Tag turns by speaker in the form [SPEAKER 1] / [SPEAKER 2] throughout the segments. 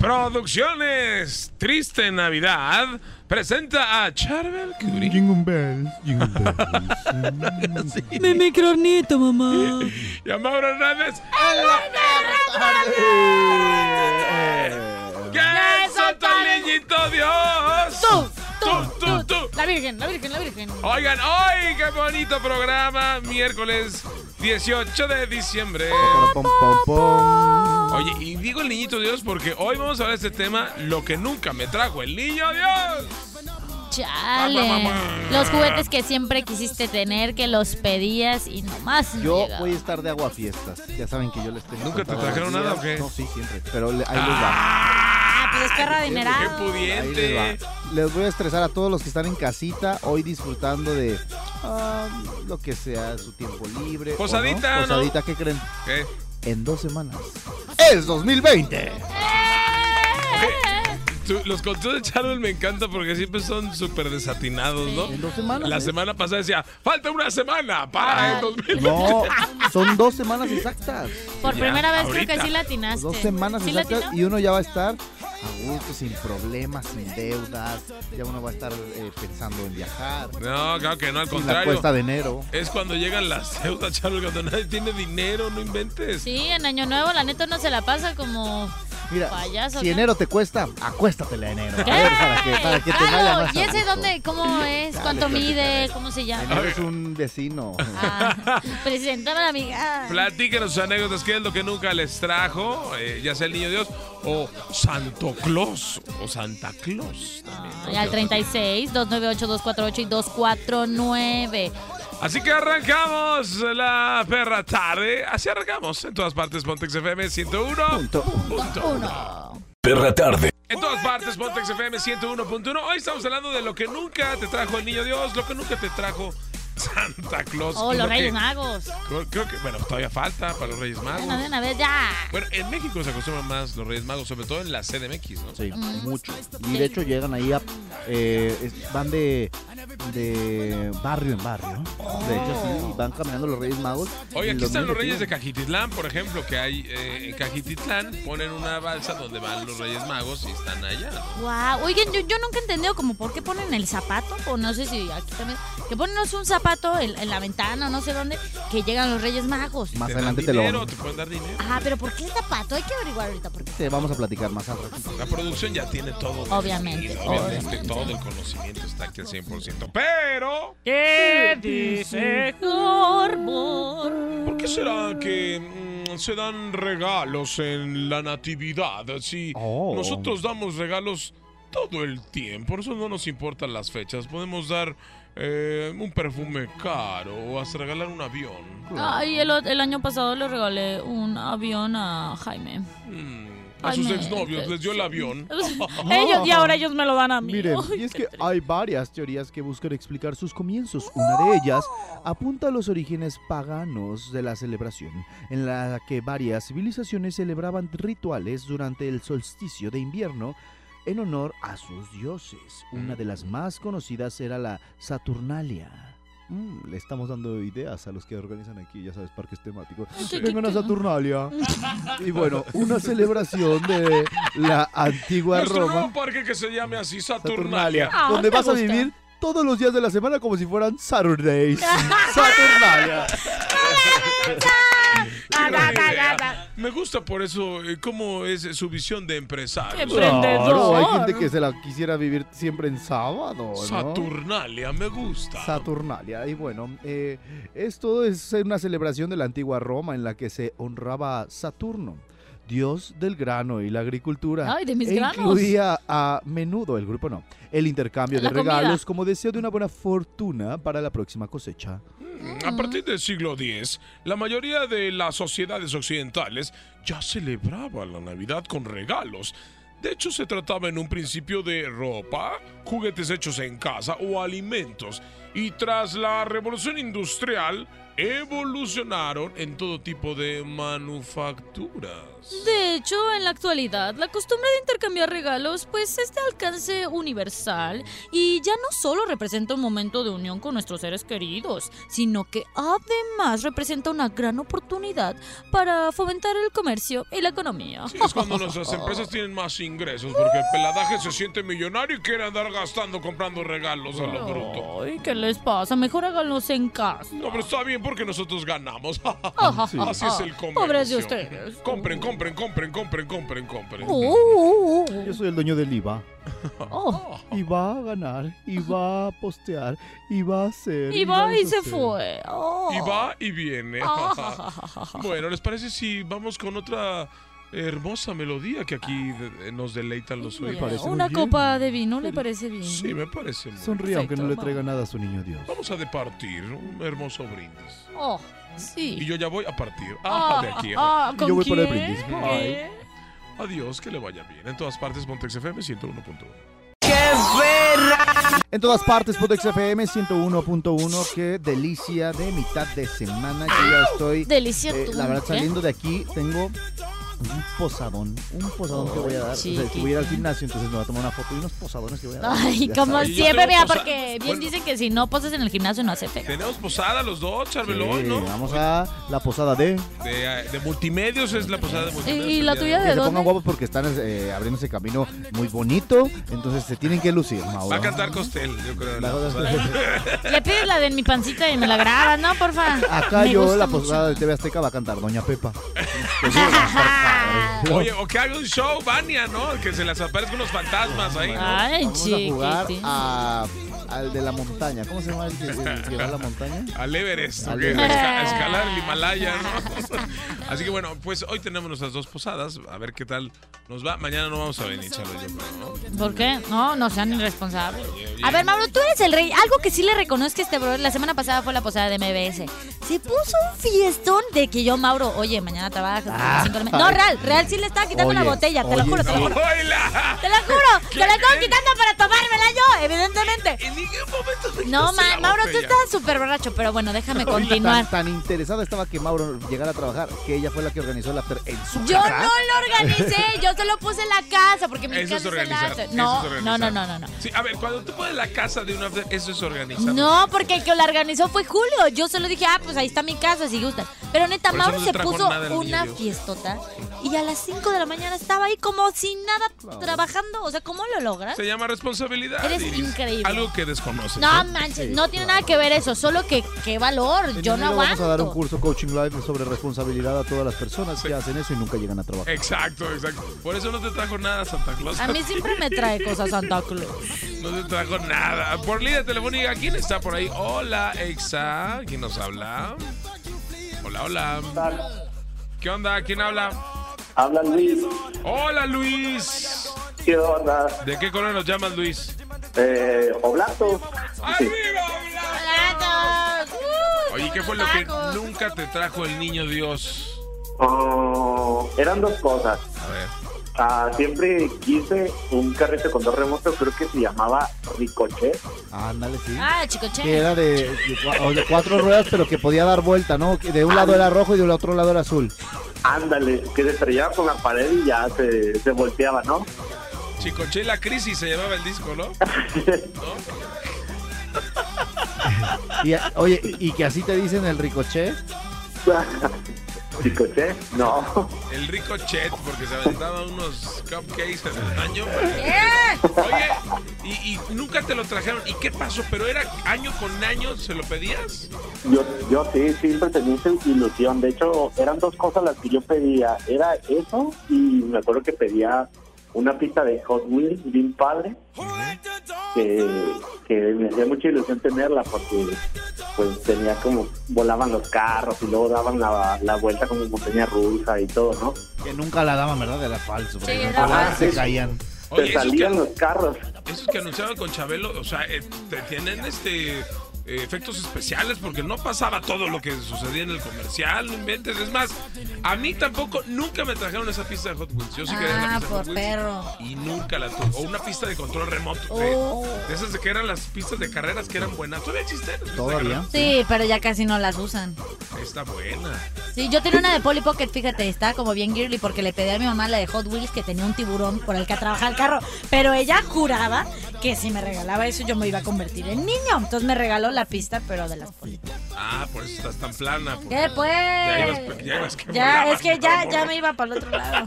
[SPEAKER 1] Producciones Triste Navidad presenta a Charbel Curie.
[SPEAKER 2] Jingle bells, jingle bells. Mi microornito, mamá.
[SPEAKER 1] y a Mauro Hernández. ¡Que santo niñito Dios!
[SPEAKER 3] Tú, tú, tú, tú. La Virgen, la Virgen, la Virgen.
[SPEAKER 1] Oigan, hoy qué bonito programa, miércoles 18 de diciembre.
[SPEAKER 2] Pom, pom, pom.
[SPEAKER 1] Oye, y digo el niñito Dios porque hoy vamos a hablar de este tema, lo que nunca me trajo el niño Dios.
[SPEAKER 3] Chale. Los juguetes que siempre quisiste tener, que los pedías y nomás no
[SPEAKER 4] Yo
[SPEAKER 3] llegaban.
[SPEAKER 4] voy a estar de aguafiestas. Ya saben que yo les tengo.
[SPEAKER 1] ¿Nunca te
[SPEAKER 4] contado
[SPEAKER 1] trajeron
[SPEAKER 4] las
[SPEAKER 1] nada
[SPEAKER 4] ideas.
[SPEAKER 1] o
[SPEAKER 4] No, sí, siempre. Pero le- ahí les va.
[SPEAKER 3] Ah, pues es perro
[SPEAKER 1] ¡Qué
[SPEAKER 3] adinerado.
[SPEAKER 4] Ahí les
[SPEAKER 1] pudiente!
[SPEAKER 4] va. Les voy a estresar a todos los que están en casita hoy disfrutando de ah, lo que sea, su tiempo libre. o no.
[SPEAKER 1] Posadita, ¿no?
[SPEAKER 4] Posadita, ¿qué creen?
[SPEAKER 1] ¿Qué?
[SPEAKER 4] En dos semanas. ¡Es 2020!
[SPEAKER 1] Tú- los contos de Charbel me encanta porque siempre son súper desatinados, ¿no?
[SPEAKER 4] En dos semanas.
[SPEAKER 1] La
[SPEAKER 4] ¿eh?
[SPEAKER 1] semana pasada decía, falta una semana para el 2000.
[SPEAKER 4] No, son dos semanas exactas.
[SPEAKER 3] Por
[SPEAKER 1] Ya,
[SPEAKER 3] primera vez creo
[SPEAKER 1] ahorita.
[SPEAKER 3] que sí la atinaste.
[SPEAKER 4] Pues Dos semanas
[SPEAKER 3] Este, ¿Sí la
[SPEAKER 4] exactas
[SPEAKER 3] atinó?
[SPEAKER 4] y uno ya va a estar a gusto, sin problemas, sin deudas. Ya uno va a estar eh, pensando en viajar.
[SPEAKER 1] No, claro que no, al
[SPEAKER 4] Sin la
[SPEAKER 1] contrario.
[SPEAKER 4] cuesta de enero.
[SPEAKER 1] Es cuando llegan las deudas, Charbel, cuando nadie tiene dinero, no inventes.
[SPEAKER 3] Sí, en Año Nuevo la neta no se la pasa como...
[SPEAKER 4] Mira,
[SPEAKER 3] Payaso,
[SPEAKER 4] si
[SPEAKER 3] ¿no?
[SPEAKER 4] enero te cuesta, acuéstatela a enero.
[SPEAKER 3] ¿Qué?
[SPEAKER 4] A ver, para que, para que te vaya
[SPEAKER 3] Claro,
[SPEAKER 4] más
[SPEAKER 3] ¿y
[SPEAKER 4] a
[SPEAKER 3] ese
[SPEAKER 4] gusto.
[SPEAKER 3] dónde? ¿Cómo es?
[SPEAKER 4] Dale,
[SPEAKER 3] ¿Cuánto
[SPEAKER 4] platícame.
[SPEAKER 3] mide? ¿Cómo se llama?
[SPEAKER 4] Enero es un vecino.
[SPEAKER 3] Ah, preséntame a la amiga.
[SPEAKER 1] Platíquenos sus anécdotas, qué es lo que nunca les trajo, Eh, ya sea el niño Dios o Santo Claus o Santa Claus. también, ¿no?
[SPEAKER 3] Y al 36, 298, 248 y 249.
[SPEAKER 1] Así que arrancamos la perra tarde. Así arrancamos en todas partes, Pontex FM 101.
[SPEAKER 4] Punto.
[SPEAKER 5] Perra Tarde.
[SPEAKER 1] En todas partes, Pontex FM 101.1. Hoy estamos hablando de lo que nunca te trajo el niño Dios, lo que nunca te trajo Santa Claus.
[SPEAKER 4] Pues
[SPEAKER 3] Oh,
[SPEAKER 1] Y lo
[SPEAKER 3] los Reyes
[SPEAKER 1] que-
[SPEAKER 3] Magos.
[SPEAKER 1] creo- Creo que, bueno, todavía falta para los Reyes Magos.
[SPEAKER 3] Bueno, de una vez ya.
[SPEAKER 1] Bueno, en México se acostumbran más los Reyes Magos, sobre todo en la CDMX, ¿no?
[SPEAKER 3] Mm.
[SPEAKER 4] Sí, mucho. Y de hecho llegan ahí a... eh, es- van de, de barrio en barrio. De hecho, sí, van caminando los Reyes Magos.
[SPEAKER 1] Oye,
[SPEAKER 4] y
[SPEAKER 1] aquí están los
[SPEAKER 4] niños
[SPEAKER 1] reyes de
[SPEAKER 4] tienen-
[SPEAKER 1] Cajititlán, por ejemplo, que hay eh, en Cajititlán, ponen una balsa donde van los reyes magos y están allá. ¿no?
[SPEAKER 3] Wow. Oigan, yo, yo nunca he entendido como por qué ponen el zapato, o no sé si aquí también, que ponenos un zapato en, en la ventana, no sé dónde, que llegan los Reyes Magos.
[SPEAKER 4] Más
[SPEAKER 1] Te dan
[SPEAKER 4] adelante te lo...
[SPEAKER 1] dinero, te pueden dar dinero.
[SPEAKER 3] Ajá, pero ¿por qué el zapato? Hay que averiguar ahorita por qué.
[SPEAKER 4] Te vamos a platicar más al ratito.
[SPEAKER 1] La producción ya tiene todo.
[SPEAKER 3] Obviamente,
[SPEAKER 1] definido, obviamente, todo el conocimiento está aquí al 100%. Pero,
[SPEAKER 3] ¿Qué dice Cormor?
[SPEAKER 1] ¿por qué será que mm, se dan regalos en la natividad? Si
[SPEAKER 4] Oh.
[SPEAKER 1] nosotros damos regalos todo el tiempo, por eso no nos importan las fechas. Podemos dar eh, un perfume caro o hasta regalar un avión.
[SPEAKER 3] Ay, el, o- el año pasado le regalé un avión a Jaime.
[SPEAKER 1] Mm,
[SPEAKER 3] Ay,
[SPEAKER 1] a sus
[SPEAKER 3] me-
[SPEAKER 1] exnovios les dio el avión.
[SPEAKER 3] Ellos, y ahora ellos me lo dan a mí.
[SPEAKER 4] Miren,
[SPEAKER 3] Ay,
[SPEAKER 4] y es
[SPEAKER 3] qué
[SPEAKER 4] que hay varias teorías que buscan explicar sus comienzos. Una de ellas apunta a los orígenes paganos de la celebración, en la que varias civilizaciones celebraban rituales durante el solsticio de invierno en honor a sus dioses. Una de las más conocidas era la Saturnalia. Mm, le estamos dando ideas a los que organizan aquí, ya sabes, parques temáticos. Vengan a Saturnalia. y bueno, una celebración de la antigua
[SPEAKER 1] Nuestro
[SPEAKER 4] Roma.
[SPEAKER 1] nuevo parque que se llame así Saturnalia.
[SPEAKER 4] Saturnalia,
[SPEAKER 3] Ah,
[SPEAKER 4] donde
[SPEAKER 3] ¿te
[SPEAKER 4] vas a
[SPEAKER 3] gusta?
[SPEAKER 4] vivir todos los días de la semana como si fueran Saturdays. Saturnalia. Ah,
[SPEAKER 1] Qué buena idea. Me gusta por eso eh, cómo es su visión de empresario.
[SPEAKER 3] Qué Emprendedor.
[SPEAKER 4] Claro, hay gente que se la quisiera vivir siempre en sábado, ¿no?
[SPEAKER 1] Saturnalia, me gusta.
[SPEAKER 4] Saturnalia. Y bueno, eh, esto es una celebración de la antigua Roma en la que se honraba a Saturno, dios del grano y la agricultura.
[SPEAKER 3] Ay, de mis
[SPEAKER 4] E
[SPEAKER 3] granos.
[SPEAKER 4] Incluía a menudo, el grupo no, el intercambio de
[SPEAKER 3] La comida.
[SPEAKER 4] regalos como deseo de una buena fortuna para la próxima cosecha.
[SPEAKER 1] Mm, A partir del siglo X, la mayoría de las sociedades occidentales ya celebraba la Navidad con regalos. De hecho, se trataba en un principio de ropa, juguetes hechos en casa o alimentos, y tras la revolución industrial evolucionaron en todo tipo de manufacturas.
[SPEAKER 3] De hecho, en la actualidad, la costumbre de intercambiar regalos, pues este alcance universal y ya no solo representa un momento de unión con nuestros seres queridos, sino que además representa una gran oportunidad para fomentar el comercio y la economía.
[SPEAKER 1] Sí, es cuando nuestras empresas tienen más ingresos porque el peladaje se siente millonario y quiere andar gastando comprando regalos a lo bruto.
[SPEAKER 3] Ay, ¿qué les pasa? Mejor háganlos en casa.
[SPEAKER 1] No, pero está bien porque nosotros ganamos. Así es el comercio.
[SPEAKER 3] Pobres de ustedes.
[SPEAKER 1] Compren, compren, compren, compren, compren, compren.
[SPEAKER 3] Oh, oh, oh,
[SPEAKER 4] Yo soy el dueño del IVA.
[SPEAKER 3] oh.
[SPEAKER 1] Ah.
[SPEAKER 4] Y va a ganar, y va a postear, y va a hacer.
[SPEAKER 3] Y va y se
[SPEAKER 4] deshacer.
[SPEAKER 3] fue. Oh.
[SPEAKER 1] Y va y viene.
[SPEAKER 3] Ah.
[SPEAKER 1] bueno, ¿les parece si vamos con otra hermosa melodía que aquí eh, nos deleitan los
[SPEAKER 3] Bueno,
[SPEAKER 1] oídos?
[SPEAKER 4] parece muy
[SPEAKER 3] una
[SPEAKER 4] bien.
[SPEAKER 3] copa de vino le parece bien.
[SPEAKER 1] Sí, me parece muy
[SPEAKER 4] Sonríe aunque
[SPEAKER 3] Perfecto,
[SPEAKER 4] no le
[SPEAKER 3] vamos.
[SPEAKER 4] traiga nada a su niño Dios.
[SPEAKER 1] Vamos a departir un hermoso brindis.
[SPEAKER 3] Oh,
[SPEAKER 1] Y
[SPEAKER 3] sí.
[SPEAKER 1] yo ya voy a partir. Ah, de aquí.
[SPEAKER 3] ah, ¿con
[SPEAKER 4] Y yo voy por el
[SPEAKER 3] quién?
[SPEAKER 4] brindis.
[SPEAKER 3] ¿Con
[SPEAKER 1] Ay.
[SPEAKER 3] quién?
[SPEAKER 1] Adiós, que le vaya bien. En todas partes, Montex FM 101.1.
[SPEAKER 4] En todas partes, Potex FM 101.1. Qué delicia de mitad de semana. Yo ya estoy.
[SPEAKER 3] Delicia
[SPEAKER 4] eh,
[SPEAKER 3] tú,
[SPEAKER 4] la verdad,
[SPEAKER 3] ¿eh?
[SPEAKER 4] saliendo de aquí, tengo un posadón. Un posadón que voy a dar. O sea, que voy a ir al gimnasio, entonces me voy a tomar una foto y unos posadones que voy a dar.
[SPEAKER 3] Ay,
[SPEAKER 4] Ya
[SPEAKER 3] como
[SPEAKER 4] sabes.
[SPEAKER 1] Yo
[SPEAKER 3] siempre,
[SPEAKER 1] tengo
[SPEAKER 3] mira,
[SPEAKER 1] posa-
[SPEAKER 3] porque bien
[SPEAKER 1] Bueno.
[SPEAKER 3] dicen que si no posas en el gimnasio no hace efecto.
[SPEAKER 1] Tenemos posada los dos, Charbelón,
[SPEAKER 4] Sí,
[SPEAKER 1] ¿no?
[SPEAKER 4] Vamos a la posada de.
[SPEAKER 1] De, eh, de multimedios es la posada de
[SPEAKER 3] ¿Y,
[SPEAKER 1] multimedios.
[SPEAKER 3] y
[SPEAKER 1] el
[SPEAKER 3] la
[SPEAKER 1] día de
[SPEAKER 3] tuya
[SPEAKER 1] hoy.
[SPEAKER 4] Que
[SPEAKER 3] de
[SPEAKER 4] se pongan
[SPEAKER 3] dónde?
[SPEAKER 4] guapos porque están eh, abriéndose camino muy bonito. Entonces se tienen que lucir, Mauro.
[SPEAKER 1] Va a cantar Costel, yo creo.
[SPEAKER 4] La-
[SPEAKER 3] Le pides la de en mi pancita y me la grabas, ¿no, porfa?
[SPEAKER 4] Acá
[SPEAKER 3] Me
[SPEAKER 4] yo,
[SPEAKER 3] gusta
[SPEAKER 4] la
[SPEAKER 3] mucho.
[SPEAKER 4] posada de TV Azteca, va a cantar Doña Pepa.
[SPEAKER 1] Oye, o que haga un show, Vania, ¿no? Que se les aparezcan unos fantasmas ahí. ¿no?
[SPEAKER 3] Ay,
[SPEAKER 4] Vamos a jugar
[SPEAKER 3] chiquitín.
[SPEAKER 4] a- al de la montaña. ¿Cómo se llama el que, el que va a la montaña?
[SPEAKER 1] Al Everest,
[SPEAKER 4] Al
[SPEAKER 1] ¿o qué?
[SPEAKER 4] Everest.
[SPEAKER 1] Esca- escalar el Himalaya. ¿no? Así que bueno, pues hoy tenemos nuestras dos posadas. A ver qué tal nos va. Mañana no vamos a venir, Charo, yo creo, ¿no?
[SPEAKER 3] ¿Por qué? No, no sean irresponsables. A ver, Mauro, tú eres el rey. Algo que sí le reconozco a este brother, la semana pasada fue la posada de MBS. Se puso un fiestón de que yo, Mauro, oye, mañana trabajas.
[SPEAKER 4] Ah.
[SPEAKER 3] cinco de la ma- No, real, real, sí le estaba quitando la
[SPEAKER 4] Oye,
[SPEAKER 3] botella, te lo
[SPEAKER 4] oye,
[SPEAKER 3] juro, te lo
[SPEAKER 4] no.
[SPEAKER 3] juro.
[SPEAKER 1] ¡Hola!
[SPEAKER 3] Te lo juro, te la estaba
[SPEAKER 1] ¿Qué?
[SPEAKER 3] quitando para tomármela yo, evidentemente.
[SPEAKER 1] En ningún momento me
[SPEAKER 3] No,
[SPEAKER 1] quitaste
[SPEAKER 3] ma-
[SPEAKER 1] la
[SPEAKER 3] Mauro, tú
[SPEAKER 1] botella.
[SPEAKER 3] estabas súper borracho, pero bueno, déjame continuar.
[SPEAKER 4] Tan, tan interesada estaba que Mauro llegara a trabajar que ella fue la que organizó el after en su
[SPEAKER 3] Yo no
[SPEAKER 4] casa.
[SPEAKER 3] lo organicé, yo se lo puse en la casa porque me
[SPEAKER 1] Eso es
[SPEAKER 3] encanta hacer la
[SPEAKER 1] organizar. eso
[SPEAKER 3] No,
[SPEAKER 1] es
[SPEAKER 3] no,
[SPEAKER 1] organizar.
[SPEAKER 3] no, no, no, no.
[SPEAKER 1] Sí, a ver, cuando tú pones la casa de un after, eso es organizar.
[SPEAKER 3] No, porque el que la organizó fue Julio. Yo solo dije, ah, pues ahí está mi casa, si gustan. Pero neta,
[SPEAKER 1] Por eso
[SPEAKER 3] Mauro
[SPEAKER 1] no
[SPEAKER 3] se
[SPEAKER 1] trajo
[SPEAKER 3] puso
[SPEAKER 1] nada el niño
[SPEAKER 3] una
[SPEAKER 1] Dios.
[SPEAKER 3] fiestota y a las 5 de la mañana estaba ahí como sin nada trabajando. O sea, ¿cómo lo logras?
[SPEAKER 1] Se llama responsabilidad.
[SPEAKER 3] Eres
[SPEAKER 1] Iris.
[SPEAKER 3] increíble.
[SPEAKER 1] Algo que desconoces.
[SPEAKER 3] No manches, no tiene nada que ver eso, solo que qué valor,
[SPEAKER 4] En
[SPEAKER 3] yo no
[SPEAKER 4] enero Vamos
[SPEAKER 3] aguanto.
[SPEAKER 4] a dar un curso coaching live sobre responsabilidad a todas las personas que hacen eso y nunca llegan a trabajar.
[SPEAKER 1] Exacto, exacto. Por eso no te trajo nada Santa Claus.
[SPEAKER 3] A mí siempre me trae cosas Santa Claus.
[SPEAKER 1] No te trajo nada. Por línea telefónica, ¿quién está por ahí? Hola, Exa. ¿Quién nos habla? Hola, hola. ¿Qué onda? ¿Quién habla?
[SPEAKER 6] Habla Luis.
[SPEAKER 1] Hola, Luis.
[SPEAKER 6] ¿Qué onda?
[SPEAKER 1] ¿De qué color nos llamas, Luis?
[SPEAKER 6] Eh, Oblato. Sí.
[SPEAKER 1] ¡Arriba, hola! Oye, ¿qué fue lo que nunca te trajo el niño Dios?
[SPEAKER 6] Oh, eran dos cosas.
[SPEAKER 1] A ver.
[SPEAKER 6] Ah, siempre quise un carrete con dos remotos, creo que se llamaba Ricochet.
[SPEAKER 4] Ándale, sí.
[SPEAKER 3] Ah, chico,
[SPEAKER 4] Que
[SPEAKER 3] che.
[SPEAKER 4] era de, de cua- o de cuatro ruedas, pero que podía dar vuelta, ¿no? Que de un lado era rojo y del otro lado era azul.
[SPEAKER 6] Ándale, que se estrellaba con la pared y ya se, se volteaba, ¿no?
[SPEAKER 1] Chicoche la crisis se llamaba el disco, ¿no?
[SPEAKER 4] Y, oye, y que así te dicen el ricochet.
[SPEAKER 6] Ricochet, no.
[SPEAKER 1] El rico Chet, porque se aventaba unos cupcakes en el baño. Oye, y, y nunca te lo trajeron. ¿Y qué pasó? ¿Pero era año con año se lo pedías?
[SPEAKER 6] Yo, yo sí, siempre tenía esa ilusión. De hecho, eran dos cosas las que yo pedía. Era eso y me acuerdo que pedía una pista de Hot Wheels bien padre, que, que me hacía mucha ilusión tenerla porque pues tenía como, volaban los carros y luego daban la, la vuelta como montaña rusa y todo, ¿no?
[SPEAKER 4] Que nunca la daban, ¿verdad? Era falso. porque
[SPEAKER 3] Sí,
[SPEAKER 4] no
[SPEAKER 3] era
[SPEAKER 4] volaban,
[SPEAKER 6] falso.
[SPEAKER 4] Se caían.
[SPEAKER 1] Oye,
[SPEAKER 6] Se
[SPEAKER 1] esos que,
[SPEAKER 6] salían los carros.
[SPEAKER 1] esos que anunciaban con Chabelo, o sea, eh, te tienen este. eh, efectos especiales porque no pasaba todo lo que sucedía en el comercial, no inventes. Es más, a mí tampoco nunca me trajeron esa pista de Hot Wheels. Yo sí quería la
[SPEAKER 7] Ah,
[SPEAKER 1] pista de
[SPEAKER 7] por
[SPEAKER 1] Hot Wheels
[SPEAKER 7] perro.
[SPEAKER 1] y nunca la tuve. O una pista de control remoto. de-
[SPEAKER 7] Oh.
[SPEAKER 1] De esas de que eran las pistas de carreras que eran buenas. ¿Todavía existen? las pistas de
[SPEAKER 4] Todavía.
[SPEAKER 7] Sí, pero ya casi no las usan.
[SPEAKER 1] carreras? Está buena.
[SPEAKER 7] Sí, yo tenía una de Polly Pocket, fíjate, está como bien girly porque le pedí a mi mamá la de Hot Wheels que tenía un tiburón por el que trabajaba el carro, pero ella juraba que si me regalaba eso yo me iba a convertir en niño. Entonces me regaló la pista, pero de las Polly.
[SPEAKER 1] Ah, por eso estás tan plana. porque
[SPEAKER 7] ¿Qué pues?
[SPEAKER 1] Ya ibas- pues? ya ibas que
[SPEAKER 7] Ya,
[SPEAKER 1] volabas,
[SPEAKER 7] es que ya,
[SPEAKER 1] por
[SPEAKER 7] ya
[SPEAKER 1] favor.
[SPEAKER 7] me iba para el otro lado.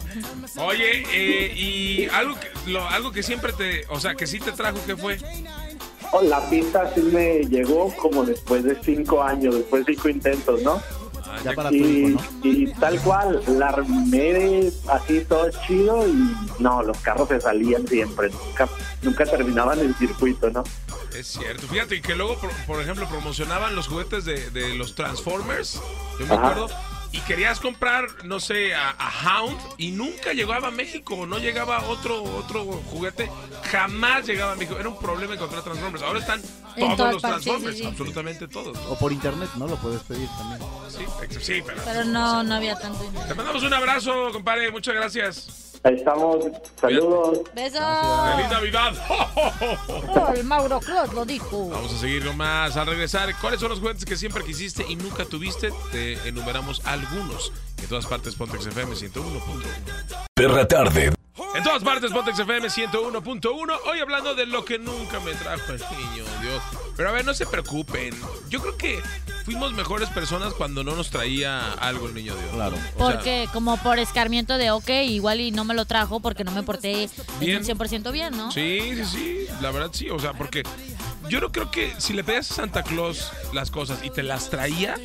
[SPEAKER 1] Oye, eh, y algo que, lo- algo que siempre te. O sea, que sí te trajo, ¿qué fue?
[SPEAKER 6] Oh, la pista sí me llegó como después de cinco años, después de cinco intentos, ¿no?
[SPEAKER 1] Ah,
[SPEAKER 4] Ya
[SPEAKER 1] ya-
[SPEAKER 4] para tu
[SPEAKER 6] Y,
[SPEAKER 4] hijo, ¿no?
[SPEAKER 6] y tal cual, la armé así todo chido y no, los carros se salían siempre, nunca, nunca terminaban el circuito, ¿no?
[SPEAKER 1] Es cierto. Fíjate, y que luego, por, por ejemplo, promocionaban los juguetes de, de los Transformers. Yo me
[SPEAKER 6] Ajá.
[SPEAKER 1] acuerdo. Y querías comprar, no sé, a, a Hound y nunca llegaba a México, no llegaba otro otro juguete, jamás llegaba a México. Era un problema encontrar Transformers. Ahora están todos
[SPEAKER 7] todas partes,
[SPEAKER 1] los
[SPEAKER 7] sí,
[SPEAKER 1] Transformers,
[SPEAKER 7] sí, sí.
[SPEAKER 1] absolutamente todos.
[SPEAKER 4] O por internet, ¿no? Lo puedes pedir también.
[SPEAKER 1] Sí, ex- sí, pero.
[SPEAKER 7] Pero no, no había tanto dinero.
[SPEAKER 1] Te mandamos un abrazo, compadre, muchas gracias.
[SPEAKER 6] Ahí estamos, saludos.
[SPEAKER 7] Beso.
[SPEAKER 1] ¡Feliz Navidad!
[SPEAKER 7] Oh, el Mauro Claude lo dijo.
[SPEAKER 1] Vamos a seguir con más. Al regresar, ¿cuáles son los juguetes que siempre quisiste y nunca tuviste? Te enumeramos algunos. En todas partes, Pontex FM 101.1.
[SPEAKER 5] Perra tarde.
[SPEAKER 1] En todas partes, Pontex FM 101.1. Hoy hablando de lo que nunca me trajo el niño, Dios. Pero a ver, no se preocupen. Yo creo que fuimos mejores personas cuando no nos traía algo el niño Dios.
[SPEAKER 4] Claro.
[SPEAKER 1] O sea,
[SPEAKER 3] Porque como por escarmiento de, ok, igual y no me lo trajo porque no me porté
[SPEAKER 1] Bien.
[SPEAKER 3] bien. 100% bien, ¿no?
[SPEAKER 1] Sí, sí, sí, la verdad sí, o sea, porque yo no creo que si le pedías a Santa Claus las cosas y te las traía,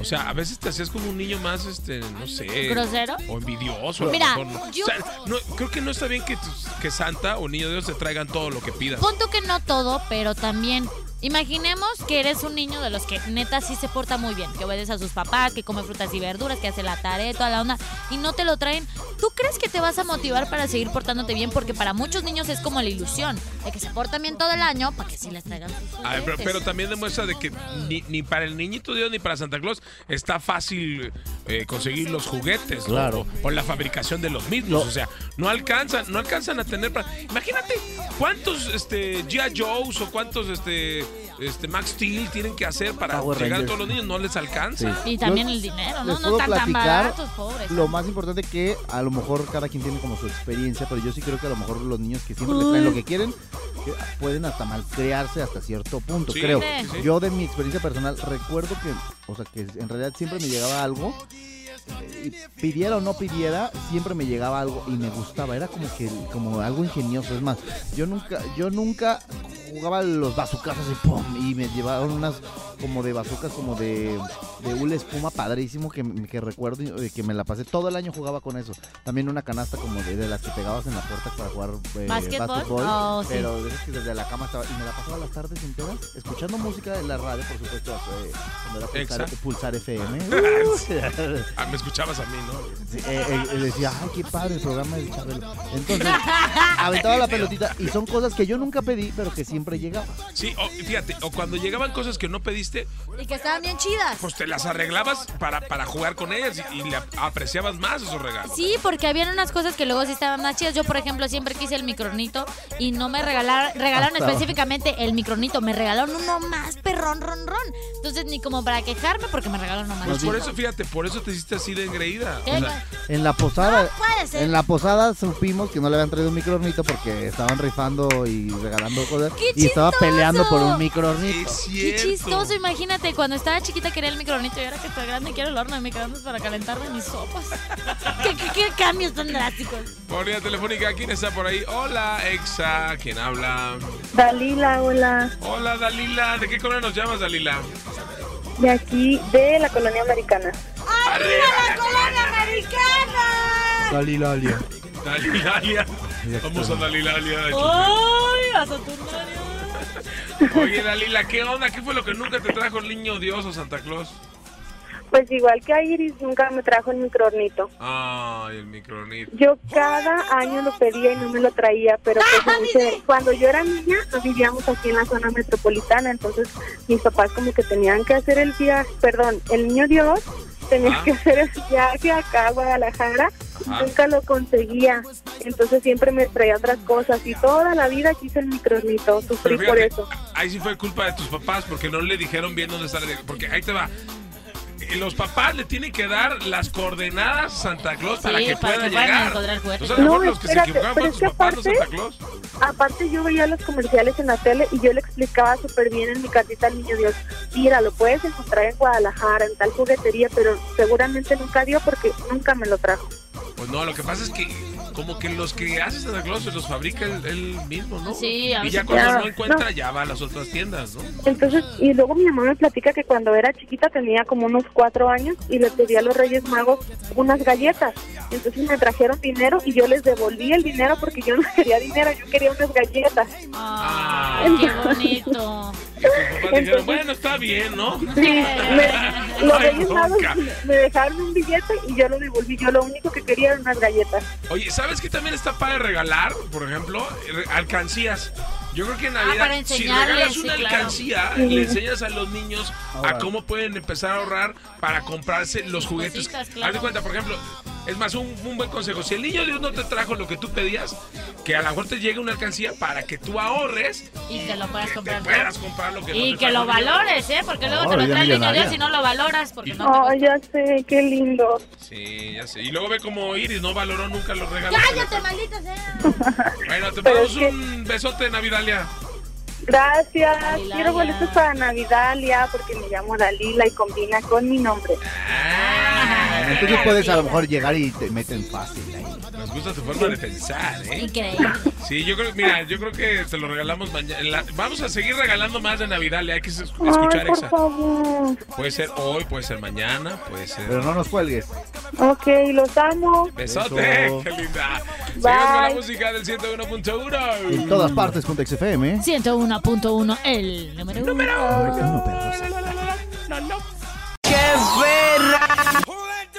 [SPEAKER 1] o sea, a veces te hacías como un niño más, este, no sé,
[SPEAKER 3] ¿Grosero?
[SPEAKER 1] o envidioso. a lo
[SPEAKER 3] Mira,
[SPEAKER 1] mejor, ¿no?
[SPEAKER 3] yo-
[SPEAKER 1] O sea, no, creo que no está bien que, tus- que Santa o niño de Dios te traigan todo lo que pidas.
[SPEAKER 3] Punto que no todo, pero también. Imaginemos que eres un niño de los que neta sí se porta muy bien, que obedece a sus papás, que come frutas y verduras, que hace la tarea, toda la onda, y no te lo traen. ¿Tú crees que te vas a motivar para seguir portándote bien? Porque para muchos niños es como la ilusión de que se portan bien todo el año para que sí les traigan sus
[SPEAKER 1] A ver, pero,
[SPEAKER 3] juguetes.
[SPEAKER 1] pero también demuestra de que ni, ni para el niñito Dios ni para Santa Claus está fácil eh, conseguir los juguetes ¿no?
[SPEAKER 4] Claro.
[SPEAKER 1] o, o la fabricación de los mismos. O sea, no alcanzan, no alcanzan a tener. pra- Imagínate cuántos este, G.I. Joes o cuántos este, este, Max Steel tienen que hacer para
[SPEAKER 4] Power
[SPEAKER 1] llegar a
[SPEAKER 4] Rangers.
[SPEAKER 1] todos los niños. No les alcanza.
[SPEAKER 3] Y también
[SPEAKER 4] Los-
[SPEAKER 3] el dinero, ¿no?
[SPEAKER 4] les
[SPEAKER 3] No
[SPEAKER 4] puedo
[SPEAKER 3] están tan
[SPEAKER 4] platicar
[SPEAKER 3] baratos, pobres.
[SPEAKER 4] Lo más importante que a lo mejor cada quien tiene como su experiencia, pero yo sí creo que a lo mejor los niños que siempre les traen lo que quieren que pueden hasta malcrearse hasta cierto punto,
[SPEAKER 1] Sí,
[SPEAKER 4] creo.
[SPEAKER 3] sí,
[SPEAKER 1] sí.
[SPEAKER 4] Yo de mi experiencia personal recuerdo que, o sea, que en realidad siempre me llegaba algo, eh, y pidiera o no pidiera, siempre me llegaba algo y me gustaba, era como que como algo ingenioso, es más, yo nunca yo nunca jugaba los bazucazos y pum y me llevaron unas como de bazucas como de de hule espuma padrísimo que, que recuerdo y- eh, que me la pasé todo el año jugaba con eso. También una canasta como de, de las que pegabas en la puerta para jugar eh,
[SPEAKER 3] ¿Básquetbol?
[SPEAKER 4] básquetbol,
[SPEAKER 3] Oh, sí.
[SPEAKER 4] pero de esas que desde la cama estaba y me la pasaba las tardes enteras escuchando música en la radio, por supuesto, eh, cuando era pulsar,
[SPEAKER 1] Exa.
[SPEAKER 4] Pulsar FM. Uh,
[SPEAKER 1] Ah, me escuchabas a mí, ¿no?
[SPEAKER 4] Sí, eh, eh, eh, decía, ay, qué padre el programa del Chabelo. Entonces, aventaba la pelotita y son cosas que yo nunca pedí, pero que siempre llegaba.
[SPEAKER 1] Sí, o, fíjate, o cuando llegaban cosas que no pediste,
[SPEAKER 7] Y que estaban bien chidas.
[SPEAKER 1] pues te las arreglabas para, para jugar con ellas y, y le apreciabas más esos regalos.
[SPEAKER 3] Sí, porque habían unas cosas que luego sí estaban más chidas. Yo, por ejemplo, siempre quise el micronito y no me regalaron, regalaron
[SPEAKER 4] Hasta-
[SPEAKER 3] específicamente el micronito, me regalaron uno más perrón, ron, ron. Entonces, ni como para quejarme porque me regalaron uno más.
[SPEAKER 1] Pues por
[SPEAKER 3] chido.
[SPEAKER 1] eso, fíjate, por eso te hiciste así de engreída. O
[SPEAKER 3] ¿Qué?
[SPEAKER 1] sea,
[SPEAKER 4] En la posada,
[SPEAKER 7] Puede ser.
[SPEAKER 4] en la posada supimos que no le habían traído un microornito porque estaban rifando y regalando cosas
[SPEAKER 3] ¡Qué
[SPEAKER 4] y estaba
[SPEAKER 3] chistoso!
[SPEAKER 4] peleando por un microornito.
[SPEAKER 1] Es
[SPEAKER 3] Qué
[SPEAKER 1] cierto.
[SPEAKER 3] chistoso, imagínate, cuando estaba chiquita quería el micronito y ahora que estoy grande quiero el horno de microondas para calentarme mis sopas. ¿Qué, qué- qué cambios tan drásticos?
[SPEAKER 1] Por línea telefónica, ¿quién está por ahí? Hola, Exa, ¿quién habla?
[SPEAKER 8] Dalila, hola.
[SPEAKER 1] Hola, Dalila, ¿de qué color nos llamas, Dalila?
[SPEAKER 8] De aquí, de la colonia americana.
[SPEAKER 1] ¡Arriba la
[SPEAKER 7] americana!
[SPEAKER 4] Dalilalia.
[SPEAKER 1] Dalilalia. Vamos a Dalilalia.
[SPEAKER 3] ¡Ay, a Saturnalia!
[SPEAKER 1] Oye, Dalila, ¿qué onda? ¿Qué fue lo que nunca te trajo el niño Dios o Santa Claus?
[SPEAKER 8] Pues igual que a Iris, nunca me trajo el microornito.
[SPEAKER 1] Ay, el micronito.
[SPEAKER 8] Yo cada año lo pedía y no me lo traía, pero pues, me dice, cuando yo era niña no vivíamos aquí en la zona metropolitana, entonces mis papás como que tenían que hacer el viaje, perdón, el niño Dios tenía que hacer el viaje acá a Guadalajara, y
[SPEAKER 9] Ajá.
[SPEAKER 8] nunca lo conseguía, entonces siempre me traía otras cosas y toda la vida quise el micronito, sufrí
[SPEAKER 1] Pero
[SPEAKER 8] por
[SPEAKER 1] fíjate,
[SPEAKER 8] eso.
[SPEAKER 1] Ahí sí fue culpa de tus papás porque no le dijeron bien dónde está la dirección. Porque ahí te va. Eh, Los papás le tienen que dar las coordenadas a Santa Claus para
[SPEAKER 3] Sí,
[SPEAKER 1] que
[SPEAKER 3] para
[SPEAKER 1] pueda
[SPEAKER 3] que puedan
[SPEAKER 1] llegar.
[SPEAKER 3] encontrar juguetes.
[SPEAKER 1] O sea, Pues a lo mejor
[SPEAKER 8] No,
[SPEAKER 1] los que se
[SPEAKER 8] espérate,
[SPEAKER 1] equivocaron
[SPEAKER 8] pero
[SPEAKER 1] fueron tus
[SPEAKER 8] es que
[SPEAKER 1] papás, no
[SPEAKER 8] aparte-
[SPEAKER 1] Santa Claus.
[SPEAKER 8] Aparte yo veía los comerciales en la tele y yo le explicaba súper bien en mi cartita al niño Dios, mira, lo puedes encontrar en Guadalajara, en tal juguetería, pero seguramente nunca dio porque nunca me lo trajo.
[SPEAKER 1] Pues no, lo que pasa es que como que los que hace Santa Claus se los fabrica él, él mismo, ¿no?
[SPEAKER 3] Sí, a
[SPEAKER 1] y
[SPEAKER 3] veces
[SPEAKER 1] ya cuando
[SPEAKER 8] ya-
[SPEAKER 1] no encuentra,
[SPEAKER 8] no.
[SPEAKER 1] ya va a las otras tiendas, ¿no?
[SPEAKER 8] Entonces, y luego mi mamá me platica que cuando era chiquita tenía como unos cuatro años y le pedí a los Reyes Magos unas galletas. Entonces me trajeron dinero y yo les devolví el dinero porque yo no quería dinero, yo quería unas galletas.
[SPEAKER 3] Ay,
[SPEAKER 1] ah.
[SPEAKER 3] qué bonito.
[SPEAKER 1] Los papás dijeron, bueno, está bien, ¿no?
[SPEAKER 8] Sí, me- los
[SPEAKER 1] Ay,
[SPEAKER 8] Reyes Magos
[SPEAKER 1] bronca.
[SPEAKER 8] me dejaron un billete y yo lo devolví. Yo lo único que quería eran unas galletas.
[SPEAKER 1] Oye, ¿sabes qué también está para regalar? Por ejemplo, re- alcancías. Yo creo que en Navidad,
[SPEAKER 3] Ah, para
[SPEAKER 1] si
[SPEAKER 3] enseñarles,
[SPEAKER 1] regalas
[SPEAKER 3] sí,
[SPEAKER 1] una
[SPEAKER 3] claro.
[SPEAKER 1] alcancía, le enseñas a los niños a cómo pueden empezar a ahorrar para comprarse los juguetes.
[SPEAKER 3] Cositas, claro.
[SPEAKER 1] Haz de cuenta, por ejemplo, es más, un, un buen consejo. Si el niño Dios no te trajo lo que tú pedías, que a lo mejor te llegue una alcancía para que tú ahorres
[SPEAKER 3] Y te lo puedas
[SPEAKER 1] que
[SPEAKER 3] comprar.
[SPEAKER 1] te
[SPEAKER 3] tú.
[SPEAKER 1] puedas comprar lo que no
[SPEAKER 3] Y
[SPEAKER 1] te
[SPEAKER 3] que
[SPEAKER 1] trajo
[SPEAKER 3] lo
[SPEAKER 1] el niño.
[SPEAKER 3] valores, ¿eh? Porque luego
[SPEAKER 4] Oh,
[SPEAKER 3] te lo
[SPEAKER 4] vida
[SPEAKER 3] trae el niño
[SPEAKER 4] millonaria.
[SPEAKER 3] Dios y no lo valoras porque no te
[SPEAKER 8] Oh,
[SPEAKER 3] gusta.
[SPEAKER 8] ya sé, qué lindo.
[SPEAKER 1] Sí, ya sé. Y luego ve como Iris no valoró nunca los regalos. que le
[SPEAKER 7] ¡Cállate,
[SPEAKER 1] trajo.
[SPEAKER 7] maldita sea!
[SPEAKER 1] Bueno, te
[SPEAKER 8] Pero
[SPEAKER 1] ponemos
[SPEAKER 8] es que-
[SPEAKER 1] un besote, Navidalia.
[SPEAKER 8] Gracias.
[SPEAKER 3] Dalilalia.
[SPEAKER 8] Quiero boletos para Navidad, ya, porque me llamo Dalila y combina con mi nombre.
[SPEAKER 3] Ah.
[SPEAKER 1] Ah.
[SPEAKER 4] Entonces puedes a lo mejor llegar y te meten fácil ahí.
[SPEAKER 1] Nos gusta tu forma de pensar, ¿eh?
[SPEAKER 7] Increíble.
[SPEAKER 1] Sí, yo creo, mira, yo creo que te lo regalamos mañana. Vamos a seguir regalando más de Navidad, le hay que es- escuchar
[SPEAKER 8] Ay, por
[SPEAKER 1] esa.
[SPEAKER 8] favor.
[SPEAKER 1] Puede ser hoy, puede ser mañana, puede ser.
[SPEAKER 4] Pero no nos cuelgues.
[SPEAKER 8] Ok, los amo.
[SPEAKER 1] Besote,
[SPEAKER 4] Beso.
[SPEAKER 1] qué linda. Seguimos con la
[SPEAKER 8] Bye.
[SPEAKER 1] música del
[SPEAKER 4] En
[SPEAKER 1] 101.1.
[SPEAKER 4] todas partes con Tex FM.
[SPEAKER 3] 101.1, el número uno.
[SPEAKER 4] No, perros.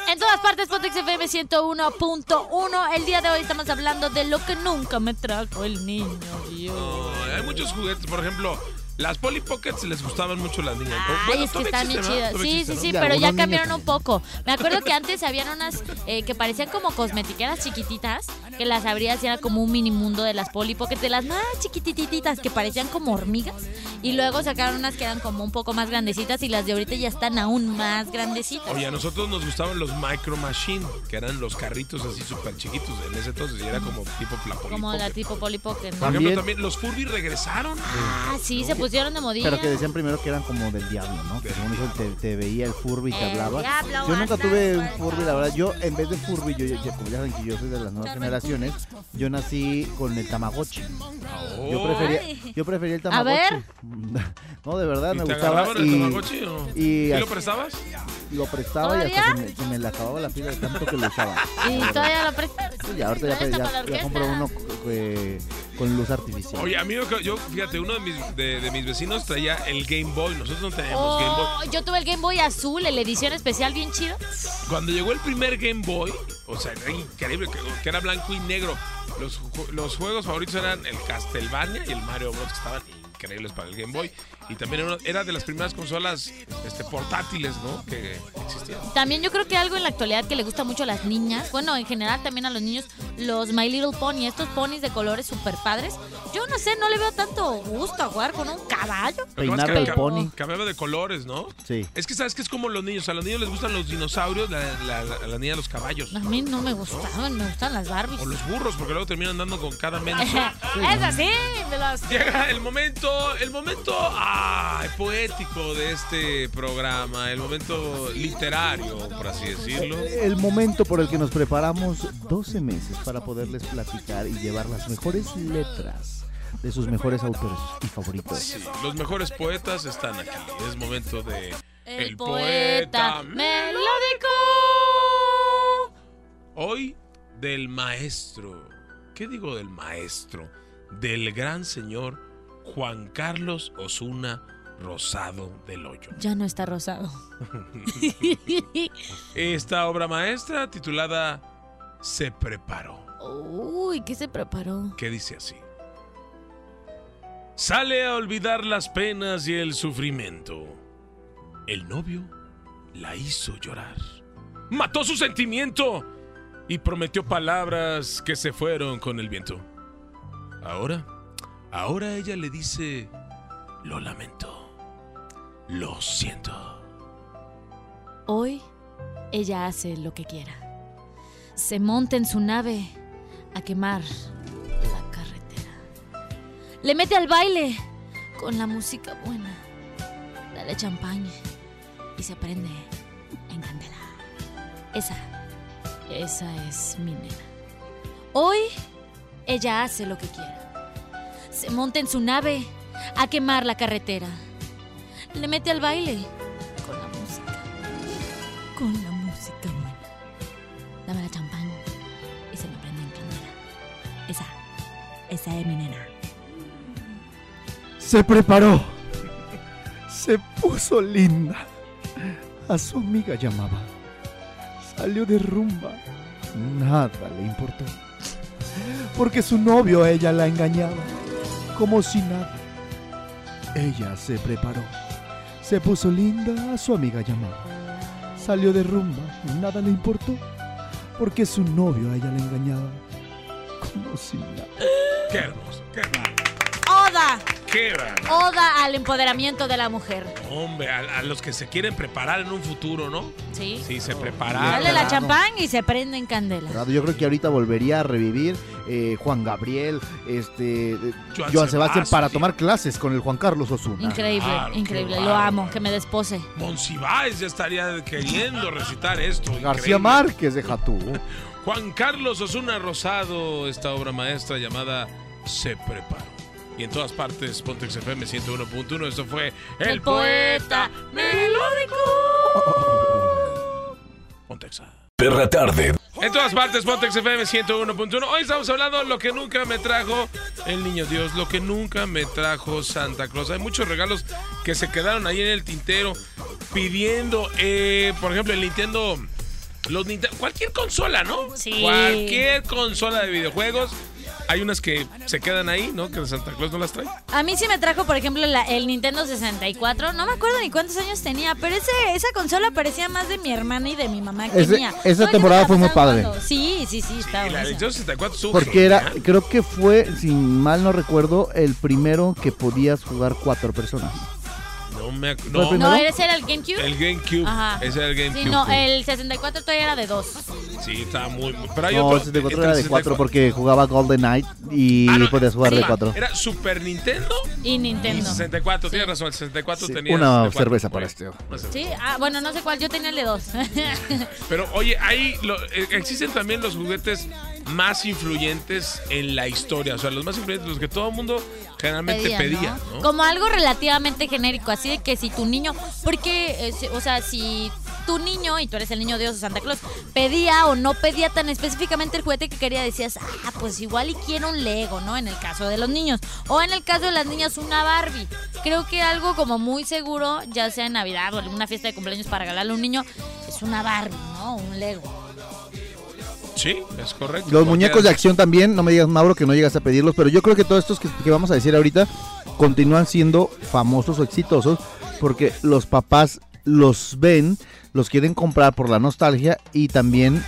[SPEAKER 3] En todas partes, Pontex FM 101.1. El día de hoy estamos hablando de lo que nunca me trajo el niño Dios.
[SPEAKER 1] No, hay muchos juguetes, por ejemplo, las Polly Pockets les gustaban mucho a las niñas. Oh,
[SPEAKER 3] Ay,
[SPEAKER 1] Bueno,
[SPEAKER 3] es que
[SPEAKER 1] todavía
[SPEAKER 3] están bien
[SPEAKER 1] existen, ¿verdad?
[SPEAKER 3] chidas.
[SPEAKER 1] Todavía
[SPEAKER 3] Sí, sí,
[SPEAKER 1] existen,
[SPEAKER 3] sí,
[SPEAKER 4] ¿no?
[SPEAKER 3] pero
[SPEAKER 4] Y
[SPEAKER 3] ya
[SPEAKER 4] algunos niños
[SPEAKER 3] cambiaron un poco. Me acuerdo que antes habían unas eh, que parecían como cosmetiqueras chiquititas, que las abrías y era como un mini mundo de las Polly Pocket, de las más chiquitititas, que parecían como hormigas. Y luego sacaron unas que eran como un poco más grandecitas y las de ahorita ya están aún más grandecitas.
[SPEAKER 1] ¿no? Oye, a nosotros nos gustaban los Micro Machine, que eran los carritos así súper chiquitos en ese entonces, y era como tipo la Polly
[SPEAKER 3] Como la
[SPEAKER 1] Pocket.
[SPEAKER 3] tipo Polly Pocket, ¿no?
[SPEAKER 1] Por ejemplo,
[SPEAKER 4] También.
[SPEAKER 1] también los Furby regresaron.
[SPEAKER 3] Ah, sí, se pusieron de modilla.
[SPEAKER 4] Pero que decían primero que eran como del diablo, ¿no? Que según eso te, te veía el Furby y te
[SPEAKER 3] El
[SPEAKER 4] hablaba.
[SPEAKER 3] diablo
[SPEAKER 4] Yo nunca
[SPEAKER 3] anda
[SPEAKER 4] tuve un
[SPEAKER 3] por
[SPEAKER 4] Furby, la verdad. Yo, en vez de Furby, yo, yo- como ya saben que yo soy de las nuevas generaciones, yo nací con el Tamagotchi.
[SPEAKER 1] Ah,
[SPEAKER 4] Yo prefería, yo prefería el
[SPEAKER 3] A
[SPEAKER 4] Tamagotchi.
[SPEAKER 3] ver.
[SPEAKER 4] No, de verdad,
[SPEAKER 1] ¿Y
[SPEAKER 4] me
[SPEAKER 1] te
[SPEAKER 4] gustaba.
[SPEAKER 1] agarraban el
[SPEAKER 4] Y,
[SPEAKER 1] Tamagotchi o no?
[SPEAKER 4] y
[SPEAKER 1] ¿Sí lo
[SPEAKER 4] así-
[SPEAKER 1] prestabas?
[SPEAKER 4] lo prestaba y hasta se
[SPEAKER 3] ¿Todavía?
[SPEAKER 4] me, se me le acababa la pila de tanto que lo usaba.
[SPEAKER 3] Y todavía lo prestan.
[SPEAKER 4] Y ahorita Ah, ya,
[SPEAKER 3] Todavía está
[SPEAKER 4] ya-
[SPEAKER 3] para la
[SPEAKER 4] ya compro
[SPEAKER 3] orquesta.
[SPEAKER 4] uno eh, con luz artificial.
[SPEAKER 1] Oye, amigo, yo, fíjate, uno de mis, de, de mis vecinos traía el Game Boy. Nosotros no teníamos Game Boy.
[SPEAKER 3] Oh, yo tuve el Game Boy azul, la edición especial bien chido.
[SPEAKER 1] Cuando llegó el primer Game Boy, o sea, era increíble, que, que era blanco y negro. Los, ju- los juegos favoritos eran el Castlevania y el Mario Bros. que estaban increíbles para el Game Boy. Y también era, una- era de las primeras consolas este, portátiles, ¿no? Que existían.
[SPEAKER 3] También yo creo que algo en la actualidad que le gusta mucho a las niñas, bueno, en general también a los niños, los My Little Pony, estos ponis de colores super padres. Yo no sé, no le veo tanto gusto a jugar con un
[SPEAKER 1] Lo que pasa
[SPEAKER 3] caballo.
[SPEAKER 1] es que
[SPEAKER 4] Peinarle
[SPEAKER 3] el
[SPEAKER 1] cam-
[SPEAKER 4] pony.
[SPEAKER 1] Cambiaba de colores, ¿no?
[SPEAKER 4] Sí.
[SPEAKER 1] Es que sabes que es como los niños. A los niños les gustan los dinosaurios, la- la- la- a la niña los caballos.
[SPEAKER 3] A mí no me gustaban, me gustan las Barbies.
[SPEAKER 1] O los burros, porque luego terminan andando con cada menso.
[SPEAKER 3] es así, me las...
[SPEAKER 1] Llega el momento, el momento ay, poético de este programa, el momento literario, por así decirlo.
[SPEAKER 4] El momento por el que nos preparamos 12 meses para poderles platicar y llevar las mejores letras de sus mejores autores y favoritos.
[SPEAKER 1] Sí, los mejores poetas están aquí. Es momento de
[SPEAKER 3] El poeta melódico.
[SPEAKER 1] Hoy del maestro. ¿Qué digo del maestro? Del gran señor Juan Carlos Osuna Rosado del Hoyo.
[SPEAKER 3] Ya no está rosado.
[SPEAKER 1] Esta obra maestra titulada Se preparó,
[SPEAKER 3] Uy, ¿qué se preparó?
[SPEAKER 1] que dice así. Sale a olvidar las penas y el sufrimiento. El novio la hizo llorar. Mató su sentimiento y prometió palabras que se fueron con el viento. Ahora, ahora ella le dice, lo lamento, lo siento.
[SPEAKER 3] Hoy ella hace lo que quiera. Se monta en su nave a quemar la carretera. Le mete al baile con la música buena. Dale champaña y se prende en candela. Esa, esa es mi nena. Hoy ella hace lo que quiera. Se monta en su nave a quemar la carretera. Le mete al baile con la música con la música buena. Dame la champán y se me prende en candela. Esa, esa es mi nena.
[SPEAKER 4] Se preparó. Se puso linda. A su amiga llamaba. Salió de rumba. Nada le importó. Porque su novio a ella la engañaba. Como si nada. Ella se preparó. Se puso linda. A su amiga llamaba. Salió de rumba. Nada le importó. Porque su novio a ella la engañaba. Como si nada.
[SPEAKER 1] ¡Qué hermoso! ¡Qué bárbaro!
[SPEAKER 3] Oda,
[SPEAKER 1] ¡Qué bárbaro!
[SPEAKER 3] oda al empoderamiento de la mujer.
[SPEAKER 1] Hombre, a, a los que se quieren preparar en un futuro, ¿no?
[SPEAKER 3] Sí.
[SPEAKER 1] Sí, se prepararon.
[SPEAKER 3] Dale la
[SPEAKER 4] claro.
[SPEAKER 3] champán y se prende en candela.
[SPEAKER 4] Yo creo que ahorita volvería a revivir eh, Juan Gabriel, este, eh,
[SPEAKER 1] Joan
[SPEAKER 4] Joan, Sebastián, para
[SPEAKER 1] Sebastián.
[SPEAKER 4] tomar clases con el Juan Carlos Osuna.
[SPEAKER 3] Increíble,
[SPEAKER 1] Claro, qué
[SPEAKER 3] increíble. Lo
[SPEAKER 1] bárbaro.
[SPEAKER 3] amo, que me despose.
[SPEAKER 1] Monsiváis ya estaría queriendo recitar esto.
[SPEAKER 4] García
[SPEAKER 1] increíble.
[SPEAKER 4] Márquez de Jatú.
[SPEAKER 1] Juan Carlos Osuna Rosado, esta obra maestra llamada Se Preparó. Y en todas partes, Pontex FM 101.1. Esto fue El, Poeta Melódico. Pontexa.
[SPEAKER 5] Perra tarde.
[SPEAKER 1] En todas partes, Pontex FM 101.1. Hoy estamos hablando de lo que nunca me trajo el niño Dios, lo que nunca me trajo Santa Claus. Hay muchos regalos que se quedaron ahí en el tintero pidiendo, eh, por ejemplo, el Nintendo, los Ninte- cualquier consola, ¿no?
[SPEAKER 3] Sí.
[SPEAKER 1] Cualquier consola de videojuegos. Hay unas que se quedan ahí, ¿no? Que Santa Claus no las trae.
[SPEAKER 3] A mí sí me trajo, por ejemplo, la- el Nintendo 64. No me acuerdo ni cuántos años tenía, pero ese, esa consola parecía más de mi hermana y de mi mamá que
[SPEAKER 4] Ese-
[SPEAKER 3] mía.
[SPEAKER 4] esa
[SPEAKER 3] Todo el tiempo
[SPEAKER 4] temporada
[SPEAKER 3] la
[SPEAKER 4] fue muy
[SPEAKER 3] pasaban
[SPEAKER 4] padre.
[SPEAKER 3] jugando. Sí, sí, sí, estaba
[SPEAKER 1] Y la
[SPEAKER 3] buenísima.
[SPEAKER 1] edición 64 estuvo
[SPEAKER 4] Porque era,
[SPEAKER 1] genial.
[SPEAKER 4] creo que fue, sin mal no recuerdo, el primero que podías jugar cuatro personas.
[SPEAKER 1] No me ac-
[SPEAKER 4] ¿Fue el
[SPEAKER 1] no,
[SPEAKER 4] primero?
[SPEAKER 3] No, ese era el GameCube.
[SPEAKER 1] el GameCube.
[SPEAKER 3] Ajá.
[SPEAKER 1] Ese era el GameCube.
[SPEAKER 3] Sí, no, el 64 todavía era de dos.
[SPEAKER 1] Sí, estaba muy, muy- Pero hay
[SPEAKER 4] No,
[SPEAKER 1] otro-
[SPEAKER 4] el 64
[SPEAKER 1] entre
[SPEAKER 4] era
[SPEAKER 1] el
[SPEAKER 4] de cuatro
[SPEAKER 1] 64
[SPEAKER 4] porque jugaba Golden Knight y
[SPEAKER 1] Ah, no,
[SPEAKER 4] podías jugar
[SPEAKER 3] sí.
[SPEAKER 4] de cuatro.
[SPEAKER 1] Era Super Nintendo.
[SPEAKER 3] Y
[SPEAKER 1] y
[SPEAKER 3] Nintendo.
[SPEAKER 1] 64, tienes razón, el 64
[SPEAKER 4] Sí,
[SPEAKER 1] tenía.
[SPEAKER 4] una
[SPEAKER 1] 64.
[SPEAKER 4] cerveza para este.
[SPEAKER 1] Una cerveza.
[SPEAKER 3] Sí, ah, bueno, no sé cuál, yo tenía el de dos.
[SPEAKER 1] Pero oye, ahí lo- eh, existen también los juguetes más influyentes en la historia. O sea, los más influyentes, los que todo el mundo generalmente pedía. ¿no?
[SPEAKER 3] Como algo relativamente genérico, así de que si tu niño, porque, eh, si- o sea, si tu niño, y tú eres el niño Dios o Santa Claus, pedía o no pedía tan específicamente el juguete que quería, decías, ah, pues igual y quiero un Lego, ¿no? En el caso de los niños. O en el caso de las niñas, una Barbie. Creo que algo como muy seguro, ya sea en Navidad o en una fiesta de cumpleaños para regalarle a un niño, es una Barbie, ¿no? Un Lego.
[SPEAKER 1] Sí, es correcto.
[SPEAKER 4] Los
[SPEAKER 1] Cualquiera-
[SPEAKER 4] muñecos de acción también, no me digas Mauro que no llegas a pedirlos, pero yo creo que todos estos que, que vamos a decir ahorita continúan siendo famosos o exitosos porque los papás los ven, los quieren comprar por la nostalgia y también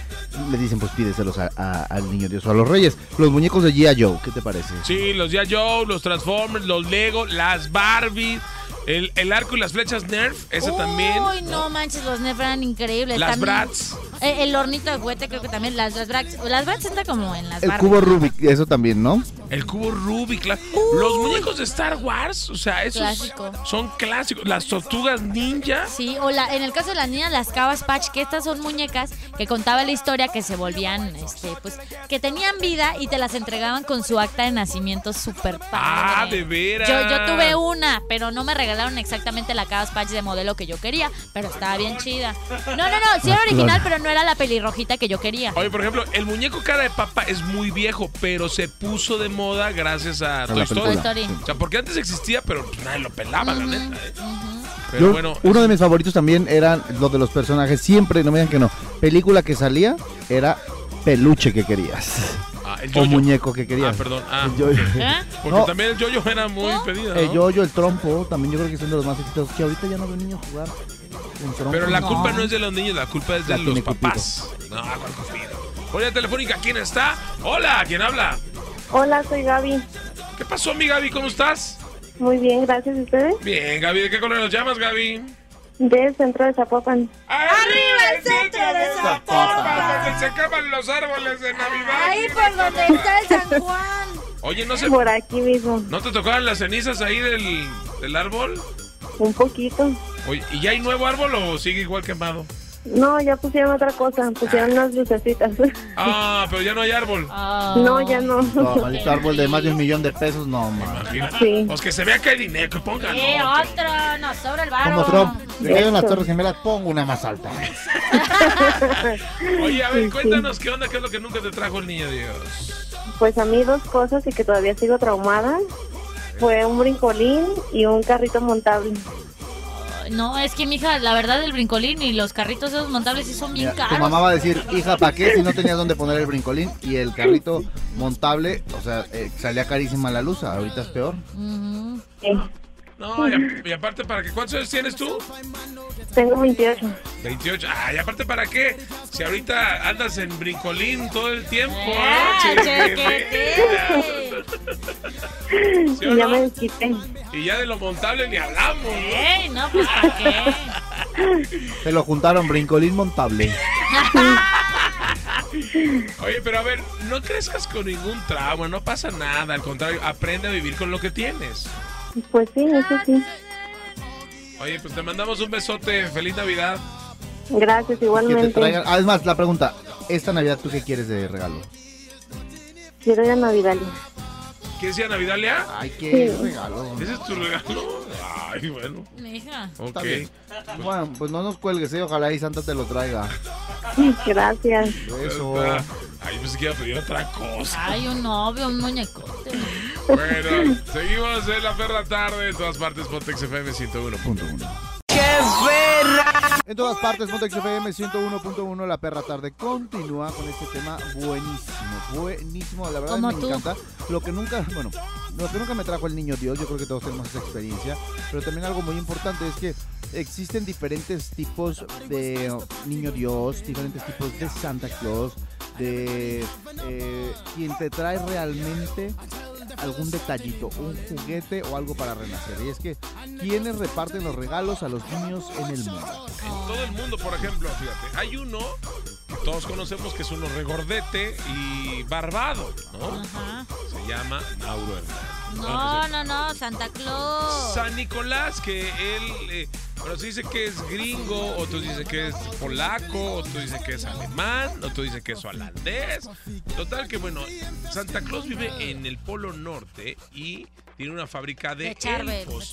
[SPEAKER 4] le dicen pues pídeselos a- a- al niño Dios o a los reyes. Los muñecos de G.I. Joe, ¿qué te parece?
[SPEAKER 1] Sí, los ya Joe, los Transformers, los Lego, las Barbies, el, el arco y las flechas Nerf, ese también.
[SPEAKER 3] Uy, no manches, los Nerf eran increíbles.
[SPEAKER 1] Las
[SPEAKER 3] También-
[SPEAKER 1] Bratz.
[SPEAKER 3] Eh, el hornito de juguete creo que también. Las, las Bratz. Las Bratz entra como en las
[SPEAKER 4] El
[SPEAKER 3] Barbies.
[SPEAKER 4] cubo Rubik, eso también, ¿no?
[SPEAKER 1] El cubo Rubik, la- los muñecos de Star Wars, o sea, esos
[SPEAKER 3] Clásico.
[SPEAKER 1] son clásicos. Las tortugas ninja.
[SPEAKER 3] Sí, o la, en el caso de las niñas, las cabas patch, que estas son muñecas que contaba la historia que se volvían, este, pues, que tenían vida y te las entregaban con su acta de nacimiento super padre.
[SPEAKER 1] Ah, de veras.
[SPEAKER 3] Yo, yo tuve una, pero no me regalaron exactamente la cabas patch de modelo que yo quería, pero estaba bien chida. No, no, no, sí era original, pero no no era la pelirrojita que yo quería.
[SPEAKER 1] Oye, por ejemplo, el muñeco cara de papa es muy viejo, pero se puso de moda gracias a Toy
[SPEAKER 4] la
[SPEAKER 1] Story.
[SPEAKER 3] Toy
[SPEAKER 4] película.
[SPEAKER 3] Story.
[SPEAKER 1] O sea, porque antes existía, pero pues, nadie lo pelaba, la neta. ¿eh? Pero
[SPEAKER 4] Yo-
[SPEAKER 1] bueno,
[SPEAKER 4] uno de mis favoritos también eran los de los personajes. Siempre, no me digan que no. Película que salía era peluche que querías.
[SPEAKER 1] ah, el
[SPEAKER 4] O
[SPEAKER 1] yoyo.
[SPEAKER 4] muñeco que querías.
[SPEAKER 1] Ah, perdón. Ah,
[SPEAKER 4] El yoyo.
[SPEAKER 3] ¿Eh?
[SPEAKER 1] porque
[SPEAKER 4] No.
[SPEAKER 1] también el yoyo era muy pedido. ¿no?
[SPEAKER 4] El yoyo, Eh, el trompo, también yo creo que son de los más exitosos. Que ahorita ya no veo niños jugar con trompo.
[SPEAKER 1] Pero la
[SPEAKER 4] No.
[SPEAKER 1] culpa no es de los niños, la culpa es de
[SPEAKER 4] La
[SPEAKER 1] los
[SPEAKER 4] tiene Cupido.
[SPEAKER 1] papás. No, ¿cuál Cupido? Oye, telefónica, ¿quién está? Hola, ¿quién habla?
[SPEAKER 8] Hola, soy Gaby.
[SPEAKER 1] ¿Qué pasó, mi Gaby? ¿Cómo estás?
[SPEAKER 8] Muy bien, gracias a ustedes.
[SPEAKER 1] Bien, Gaby, ¿de qué color nos llamas, Gaby?
[SPEAKER 8] Del centro de Zapopan.
[SPEAKER 1] ¡Arriba
[SPEAKER 7] el centro de
[SPEAKER 1] Zapopan!
[SPEAKER 7] Zapopan!
[SPEAKER 1] Donde se queman los árboles de Navidad.
[SPEAKER 7] Ahí por donde está el San Juan.
[SPEAKER 1] Oye, ¿no, se,
[SPEAKER 8] Por aquí mismo.
[SPEAKER 1] ¿no te tocaban las cenizas ahí del, del árbol?
[SPEAKER 8] Un poquito.
[SPEAKER 1] Oye, ¿y ya hay nuevo árbol o sigue igual quemado?
[SPEAKER 8] No, ya pusieron otra cosa. Pusieron unas lucecitas.
[SPEAKER 1] Ah, pero ya no hay árbol.
[SPEAKER 3] Ah.
[SPEAKER 8] No, ya no.
[SPEAKER 4] No, maldito árbol de más de un millón de pesos, no, man.
[SPEAKER 8] Sí.
[SPEAKER 1] Pues que se vea que hay dinero, que pongan.
[SPEAKER 7] Eh,
[SPEAKER 1] otro.
[SPEAKER 7] otro, nos sobra el barro.
[SPEAKER 4] Como Trump. Me quedo en las torres gemelas, pongo una más alta.
[SPEAKER 1] Oye, a ver, cuéntanos qué onda, qué es lo que nunca te trajo el niño Dios.
[SPEAKER 8] Pues a mí dos cosas y que todavía sigo traumada. Fue un brincolín y un carrito montable.
[SPEAKER 3] No, es que, mija, la verdad, el brincolín y los carritos esos montables sí son bien
[SPEAKER 4] Mira,
[SPEAKER 3] caros.
[SPEAKER 4] tu mamá va a decir, hija, ¿para qué? Si no tenías dónde poner el brincolín y el carrito montable, o sea, eh, salía carísima la luz, ahorita es peor.
[SPEAKER 3] Ujú.
[SPEAKER 8] Sí.
[SPEAKER 1] No, y, a- y aparte, ¿para qué? ¿Cuántos años tienes tú?
[SPEAKER 8] Tengo 28.
[SPEAKER 1] 28. Ah, y aparte, ¿para qué? Si ahorita andas en brincolín todo el tiempo.
[SPEAKER 3] Ah,
[SPEAKER 1] ¿eh?
[SPEAKER 3] chequete.
[SPEAKER 1] ¿Sí o
[SPEAKER 8] y ya
[SPEAKER 1] no?
[SPEAKER 8] me desquité.
[SPEAKER 1] Y ya de lo montable ni hablamos. ¿no?
[SPEAKER 3] Ey, no, pues, ¿para qué?
[SPEAKER 4] Se lo juntaron, brincolín montable.
[SPEAKER 1] Oye, pero a ver, no crezcas con ningún trauma, no pasa nada. Al contrario, aprende a vivir con lo que tienes.
[SPEAKER 8] Pues sí, eso sí.
[SPEAKER 1] Oye, pues te mandamos un besote. Feliz Navidad.
[SPEAKER 8] Gracias,
[SPEAKER 4] Que te
[SPEAKER 8] igualmente.
[SPEAKER 4] traigan. Ah, es más, la pregunta, ¿esta Navidad tú qué quieres de regalo?
[SPEAKER 8] Quiero ir a Navidad.
[SPEAKER 1] ¿Qué decía Navidad, Lea?
[SPEAKER 4] Ay, qué regalo.
[SPEAKER 1] ¿Ese es tu regalo? Ay, bueno.
[SPEAKER 3] Mija.
[SPEAKER 1] Ok.
[SPEAKER 4] Está bien. Bueno, pues no nos cuelgues, ¿eh? ojalá y Santa te lo traiga.
[SPEAKER 8] Gracias.
[SPEAKER 4] Eso.
[SPEAKER 1] Está- Ay, yo pensé que iba a pedir otra cosa.
[SPEAKER 3] Ay, un novio, un muñecote.
[SPEAKER 1] Bueno, seguimos en la perra tarde. En todas partes, Pontex FM 101.1.
[SPEAKER 4] En todas partes, Montex FM 101.1, la perra tarde continúa con este tema buenísimo, buenísimo, la verdad
[SPEAKER 3] Como
[SPEAKER 4] me
[SPEAKER 3] tú.
[SPEAKER 4] encanta. Lo que nunca, bueno, lo que nunca me trajo el niño Dios, yo creo que todos tenemos esa experiencia, pero también algo muy importante es que existen diferentes tipos de niño Dios, diferentes tipos de Santa Claus, de eh, quien te trae realmente algún detallito, un juguete o algo para renacer. Y es que, quienes reparten los regalos a los niños en el mundo?
[SPEAKER 1] En todo el mundo, por ejemplo, fíjate, hay uno que todos conocemos que es uno regordete y barbado, ¿no?
[SPEAKER 3] Ajá.
[SPEAKER 1] Se llama Mauro Hernández. pues,
[SPEAKER 3] No, no, no, Santa Claus.
[SPEAKER 1] San Nicolás, que él, eh, bueno, se dice que es gringo, otros dicen que es polaco, otros dicen que es alemán, otros dicen que es holandés. Total que, bueno, Santa Claus vive en el Polo Norte y tiene una fábrica de,
[SPEAKER 3] De Charbel.
[SPEAKER 1] elfos.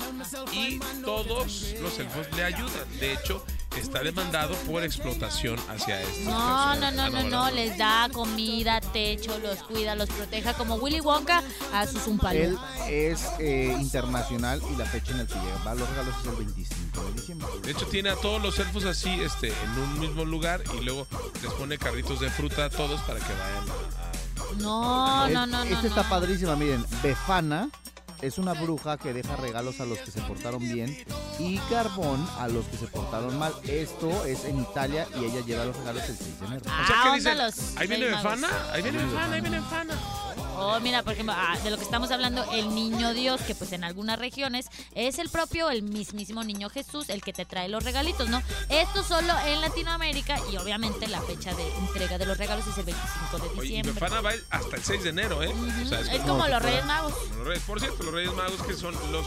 [SPEAKER 1] Y todos los elfos le ayudan. De hecho, está demandado por explotación hacia Ah, esto.
[SPEAKER 3] No, no, no, no, no, les da comida, techo, los cuida, los proteja como Willy Wonka a sus
[SPEAKER 4] Él
[SPEAKER 3] umpalú.
[SPEAKER 4] es eh, internacional y la fecha en la que llega va los regalos es el 25 de diciembre.
[SPEAKER 1] De hecho, tiene a todos los elfos así, este, en un mismo lugar y luego les pone carritos de fruta a todos para que vayan a- a
[SPEAKER 3] No, no, no, no.
[SPEAKER 4] Esta este está
[SPEAKER 3] no.
[SPEAKER 4] padrísima, miren, Befana es una bruja que deja regalos a los que se portaron bien y carbón a los que se portaron mal. Esto es en Italia y ella lleva los regalos el 6 de enero.
[SPEAKER 3] Ah,
[SPEAKER 1] O sea,
[SPEAKER 3] onda
[SPEAKER 1] ¿qué dicen?
[SPEAKER 3] los
[SPEAKER 1] Ahí viene
[SPEAKER 3] Reyes Magos.
[SPEAKER 1] Befana, ahí viene Befana, ahí viene Befana.
[SPEAKER 3] Oh, mira, por ejemplo, ah, de lo que estamos hablando, el niño Dios, que pues en algunas regiones es el propio, el mismísimo niño Jesús, el que te trae los regalitos, ¿no? Esto solo en Latinoamérica y obviamente la fecha de entrega de los regalos es el 25 de
[SPEAKER 1] Oye, y
[SPEAKER 3] diciembre.
[SPEAKER 1] Befana va hasta el 6 de enero, ¿eh?
[SPEAKER 3] Ujú,
[SPEAKER 1] O sea, es
[SPEAKER 3] es
[SPEAKER 1] como
[SPEAKER 3] como
[SPEAKER 4] si
[SPEAKER 3] los
[SPEAKER 4] fuera-
[SPEAKER 3] Reyes Magos.
[SPEAKER 1] los Reyes- Por cierto, los Reyes Magos que son los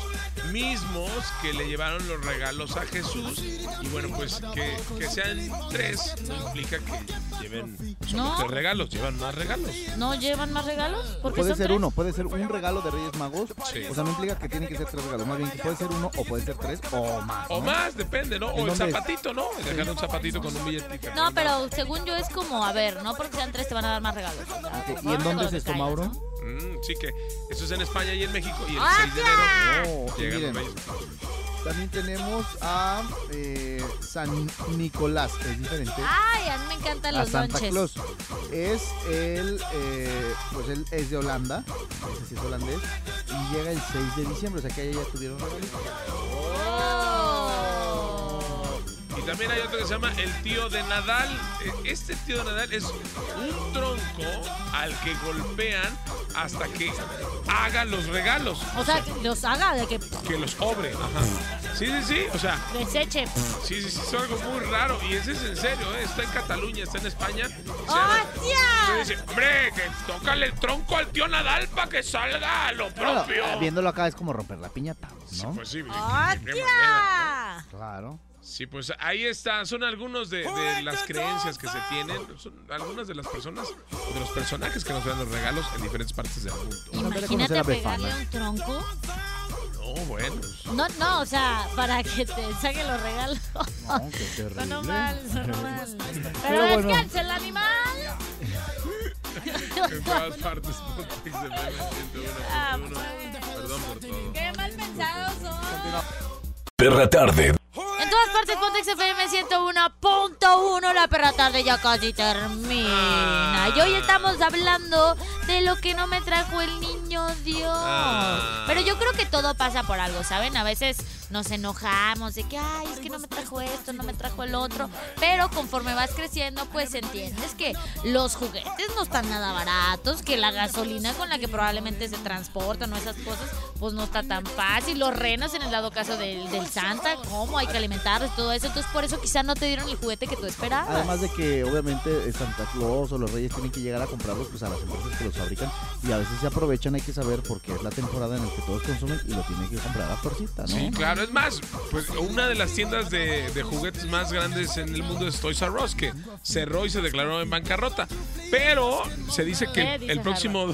[SPEAKER 1] mismos que le llevaron los regalos a Jesús. Y bueno, pues que, que sean tres no implica que lleven solo
[SPEAKER 3] No.
[SPEAKER 1] tres regalos, llevan más regalos.
[SPEAKER 3] ¿No llevan más regalos? Ah, Porque
[SPEAKER 4] puede
[SPEAKER 3] son
[SPEAKER 4] ser
[SPEAKER 3] tres.
[SPEAKER 4] uno, puede ser un regalo de Reyes Magos.
[SPEAKER 1] Sí.
[SPEAKER 4] O sea, no implica que tiene que ser tres regalos. Más bien que puede ser uno o puede ser tres o más.
[SPEAKER 1] O
[SPEAKER 4] ¿no?
[SPEAKER 1] más, depende, ¿no?
[SPEAKER 4] ¿En
[SPEAKER 1] O el
[SPEAKER 4] dónde es?
[SPEAKER 1] zapatito, ¿no? Dejar un zapatito con un billetito.
[SPEAKER 3] No, pero según yo es como, a ver, no porque sean tres te van a dar más regalos. O sea,
[SPEAKER 4] Ok, ¿Y
[SPEAKER 3] vamos
[SPEAKER 4] en
[SPEAKER 3] con lo
[SPEAKER 4] dónde se
[SPEAKER 3] que
[SPEAKER 4] esto,
[SPEAKER 3] caiga,
[SPEAKER 4] Mauro?
[SPEAKER 3] ¿no?
[SPEAKER 1] Mm, sí que eso es en España y en México. Y el
[SPEAKER 3] ¡Ah,
[SPEAKER 1] 6 de enero
[SPEAKER 4] Oh, y
[SPEAKER 1] llegan los
[SPEAKER 4] miren,
[SPEAKER 1] Reyes.
[SPEAKER 4] también tenemos a eh, San Nicolás, que es diferente.
[SPEAKER 3] Ay, a mí me encantan
[SPEAKER 4] a
[SPEAKER 3] Ah, los
[SPEAKER 4] Santa
[SPEAKER 3] lonches.
[SPEAKER 4] Claus. Es el, eh, pues él es de Holanda, ese sí es holandés, y llega el 6 de diciembre, o sea que ahí ya tuvieron regalitos.
[SPEAKER 3] Oh.
[SPEAKER 1] Y también hay otro que se llama el tío de Nadal. Eh, Este tío de Nadal es un tronco al que golpean hasta que haga los regalos.
[SPEAKER 7] O sea, que los haga de que pff,
[SPEAKER 1] Que los obre. Ajá. Sí, sí, sí. O sea,
[SPEAKER 3] Deseche.
[SPEAKER 1] sí, sí, sí. Es algo muy raro. Y ese es en serio, ¿eh? Está en Cataluña, está en España. Se llama-
[SPEAKER 3] ¡Hostia!
[SPEAKER 1] Dice, hombre, que tócale el tronco al tío Nadal para que salga lo
[SPEAKER 4] Claro,
[SPEAKER 1] propio.
[SPEAKER 4] viéndolo acá es como romper la piñata,
[SPEAKER 1] Sí,
[SPEAKER 4] ¿no?
[SPEAKER 1] pues sí. de- de- de qué manera.
[SPEAKER 7] ¡Hostia!
[SPEAKER 4] Claro.
[SPEAKER 1] Sí, pues ahí están. Son algunos de, de las creencias que se tienen. Son algunas de las personas, o de los personajes que nos dan los regalos en diferentes partes del mundo.
[SPEAKER 4] Mándale a conocer
[SPEAKER 3] Imagínate
[SPEAKER 4] a Befana.
[SPEAKER 3] pegarle a un tronco.
[SPEAKER 1] No, bueno. pues,
[SPEAKER 3] No, no, o sea, para que te saque los regalos.
[SPEAKER 4] No, qué terrible.
[SPEAKER 3] Sonó mal, sonó mal. Pero
[SPEAKER 4] Pero bueno.
[SPEAKER 3] descansa el animal.
[SPEAKER 1] En todas partes. Pontex FM
[SPEAKER 3] Ah,
[SPEAKER 1] 101.1. Perdón por todo.
[SPEAKER 3] Qué mal pensados son.
[SPEAKER 5] Perra tarde.
[SPEAKER 3] En todas partes, Pontex FM 101.1, la perra tarde ya casi termina. Y hoy estamos hablando de lo que no me trajo el niño Dios.
[SPEAKER 1] Ah.
[SPEAKER 3] Pero yo creo que todo pasa por algo, ¿saben? A veces nos enojamos de que, ay, es que no me trajo esto, no me trajo el otro. Pero conforme vas creciendo, pues entiendes que los juguetes no están nada baratos, que la gasolina con la que probablemente se transportan o esas cosas, pues no está tan fácil. Los renos, en el dado caso del, del Santa, cómo hay que alimentarlos, todo eso. Entonces, por eso quizá no te dieron el juguete que tú esperabas.
[SPEAKER 4] Además de que obviamente eh, Santa Claus o los Reyes tienen que llegar a comprarlos pues a las empresas que los fabrican y a veces se aprovechan, hay que saber porque es la temporada en la que todos consumen y lo tienen que comprar a fuercita, ¿no?
[SPEAKER 1] Sí, claro, es más, pues una de las tiendas de, de juguetes más grandes en el mundo es Toys R Us, que cerró y se declaró en bancarrota. Pero se dice que
[SPEAKER 3] ¿Qué
[SPEAKER 1] el,
[SPEAKER 3] Eh, dice
[SPEAKER 1] el próximo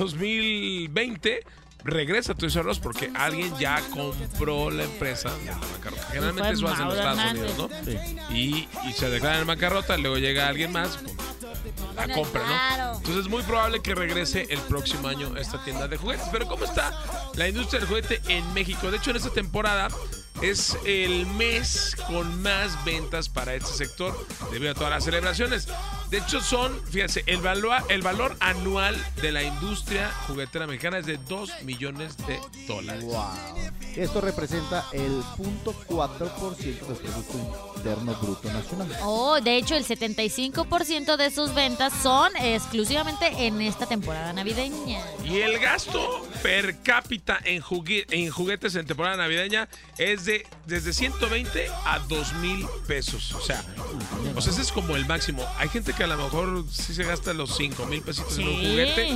[SPEAKER 1] 2020 regresa Toys R Us porque alguien ya compró la empresa de la bancarrota. Generalmente
[SPEAKER 3] fue
[SPEAKER 1] eso hacen los
[SPEAKER 3] Mauro
[SPEAKER 1] Estados
[SPEAKER 3] Hernández.
[SPEAKER 1] Unidos, ¿no? Y, y se declara en bancarrota, luego llega alguien más, la
[SPEAKER 3] Bueno,
[SPEAKER 1] compra, ¿no?
[SPEAKER 3] claro.
[SPEAKER 1] Entonces es muy probable que regrese el próximo año esta tienda de juguetes. Pero ¿cómo está la industria del juguete en México? De hecho, en esta temporada es el mes con más ventas para este sector debido a todas las celebraciones. De hecho, son, fíjense, el, valua- el valor anual de la industria juguetera mexicana es de 2 millones de dólares.
[SPEAKER 4] Wow. Esto representa el 0.4% del Producto Interno Bruto Nacional.
[SPEAKER 3] Oh, de hecho, el 75% de sus ventas son exclusivamente en esta temporada navideña.
[SPEAKER 1] Y el gasto per cápita en, jugue- en juguetes en temporada navideña es de desde 120 a 2 mil pesos. O sea, o sea, ese es como el máximo. Hay gente que a lo mejor sí se gasta los 5 mil pesitos en un
[SPEAKER 3] Sí.
[SPEAKER 1] juguete,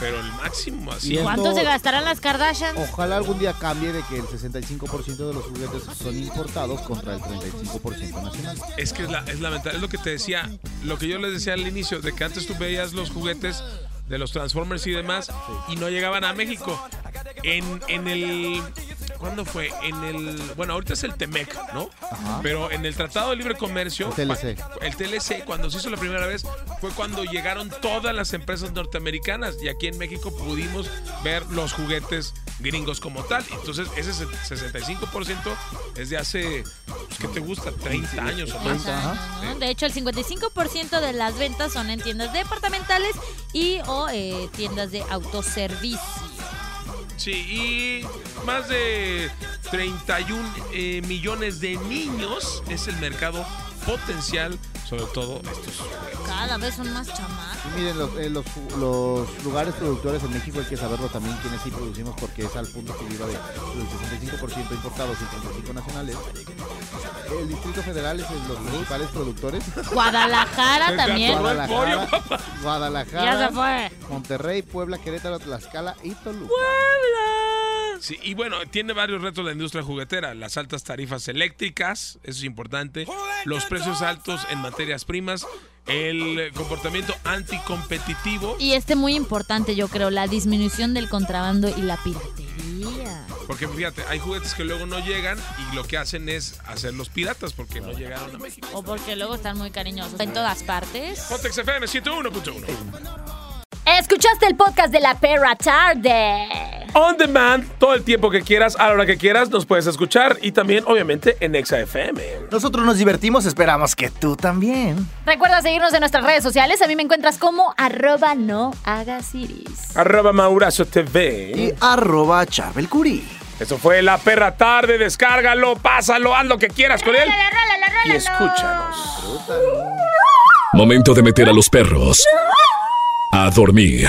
[SPEAKER 1] pero el máximo así.
[SPEAKER 4] Y es-
[SPEAKER 3] ¿Cuánto
[SPEAKER 4] Esto-
[SPEAKER 3] se gastarán las Kardashian?
[SPEAKER 4] Ojalá algún día cambie de que el 65% de los juguetes son importados contra el 35% nacional.
[SPEAKER 1] Es que es, la, es lamentable. Es lo que te decía, lo que yo les decía al inicio, de que antes tú veías los juguetes de los Transformers y demás y no llegaban a México. En, en el. ¿Cuándo fue? En el. Bueno, ahorita es el Temec, ¿no?
[SPEAKER 4] Ajá.
[SPEAKER 1] Pero en el Tratado de Libre Comercio.
[SPEAKER 4] El TLC.
[SPEAKER 1] cua- El TLC, cuando se hizo la primera vez, fue cuando llegaron todas las empresas norteamericanas y aquí en México pudimos ver los juguetes gringos como tal. Entonces, ese se- 65% es de hace. pues, ¿Qué te gusta? 30 años o más.
[SPEAKER 3] Ajá, ¿no? De hecho, el 55% de las ventas son en tiendas departamentales y o eh, tiendas de autoservicio.
[SPEAKER 1] Sí, y más de 31 eh, millones de niños es el mercado potencial, sobre todo estos.
[SPEAKER 3] Cada vez son más chamacos.
[SPEAKER 4] Y miren, los, eh, los ju- los lugares productores en México hay que saberlo también quiénes sí producimos porque es al punto que iba de del 65% importados y 35% nacionales. El Distrito Federal es de los principales productores.
[SPEAKER 3] Guadalajara también.
[SPEAKER 1] Todo el pollo,
[SPEAKER 4] Guadalajara,
[SPEAKER 1] papá.
[SPEAKER 3] Ya se
[SPEAKER 4] Guadalajara,
[SPEAKER 3] fue.
[SPEAKER 4] Monterrey, Puebla, Querétaro, Tlaxcala y Toluca.
[SPEAKER 1] Sí, y bueno, tiene varios retos la industria juguetera, las altas tarifas eléctricas, eso es importante, los precios altos en materias primas, el comportamiento anticompetitivo,
[SPEAKER 3] Y este muy importante, yo creo, la disminución del contrabando y la piratería.
[SPEAKER 1] porque fíjate, hay juguetes que luego no llegan y lo que hacen es hacerlos piratas porque no llegaron a México.
[SPEAKER 3] O porque luego están muy cariñosos. En todas partes.
[SPEAKER 1] Pontex FM 101.1.
[SPEAKER 3] Escuchaste el podcast de la perra tarde.
[SPEAKER 9] On demand, todo el tiempo que quieras, a la hora que quieras, nos puedes escuchar y también, obviamente, en Exa FM.
[SPEAKER 10] Nosotros nos divertimos, esperamos que tú también.
[SPEAKER 3] Recuerda seguirnos en nuestras redes sociales. A mí me encuentras como arroba no hagas iris.
[SPEAKER 9] Arroba Maurazo TV.
[SPEAKER 10] Y arroba Charbel Curi.
[SPEAKER 9] Eso fue La Perra Tarde. Descárgalo, pásalo, haz lo que quieras con él. Y escúchanos.
[SPEAKER 5] Momento de meter a los perros a dormir.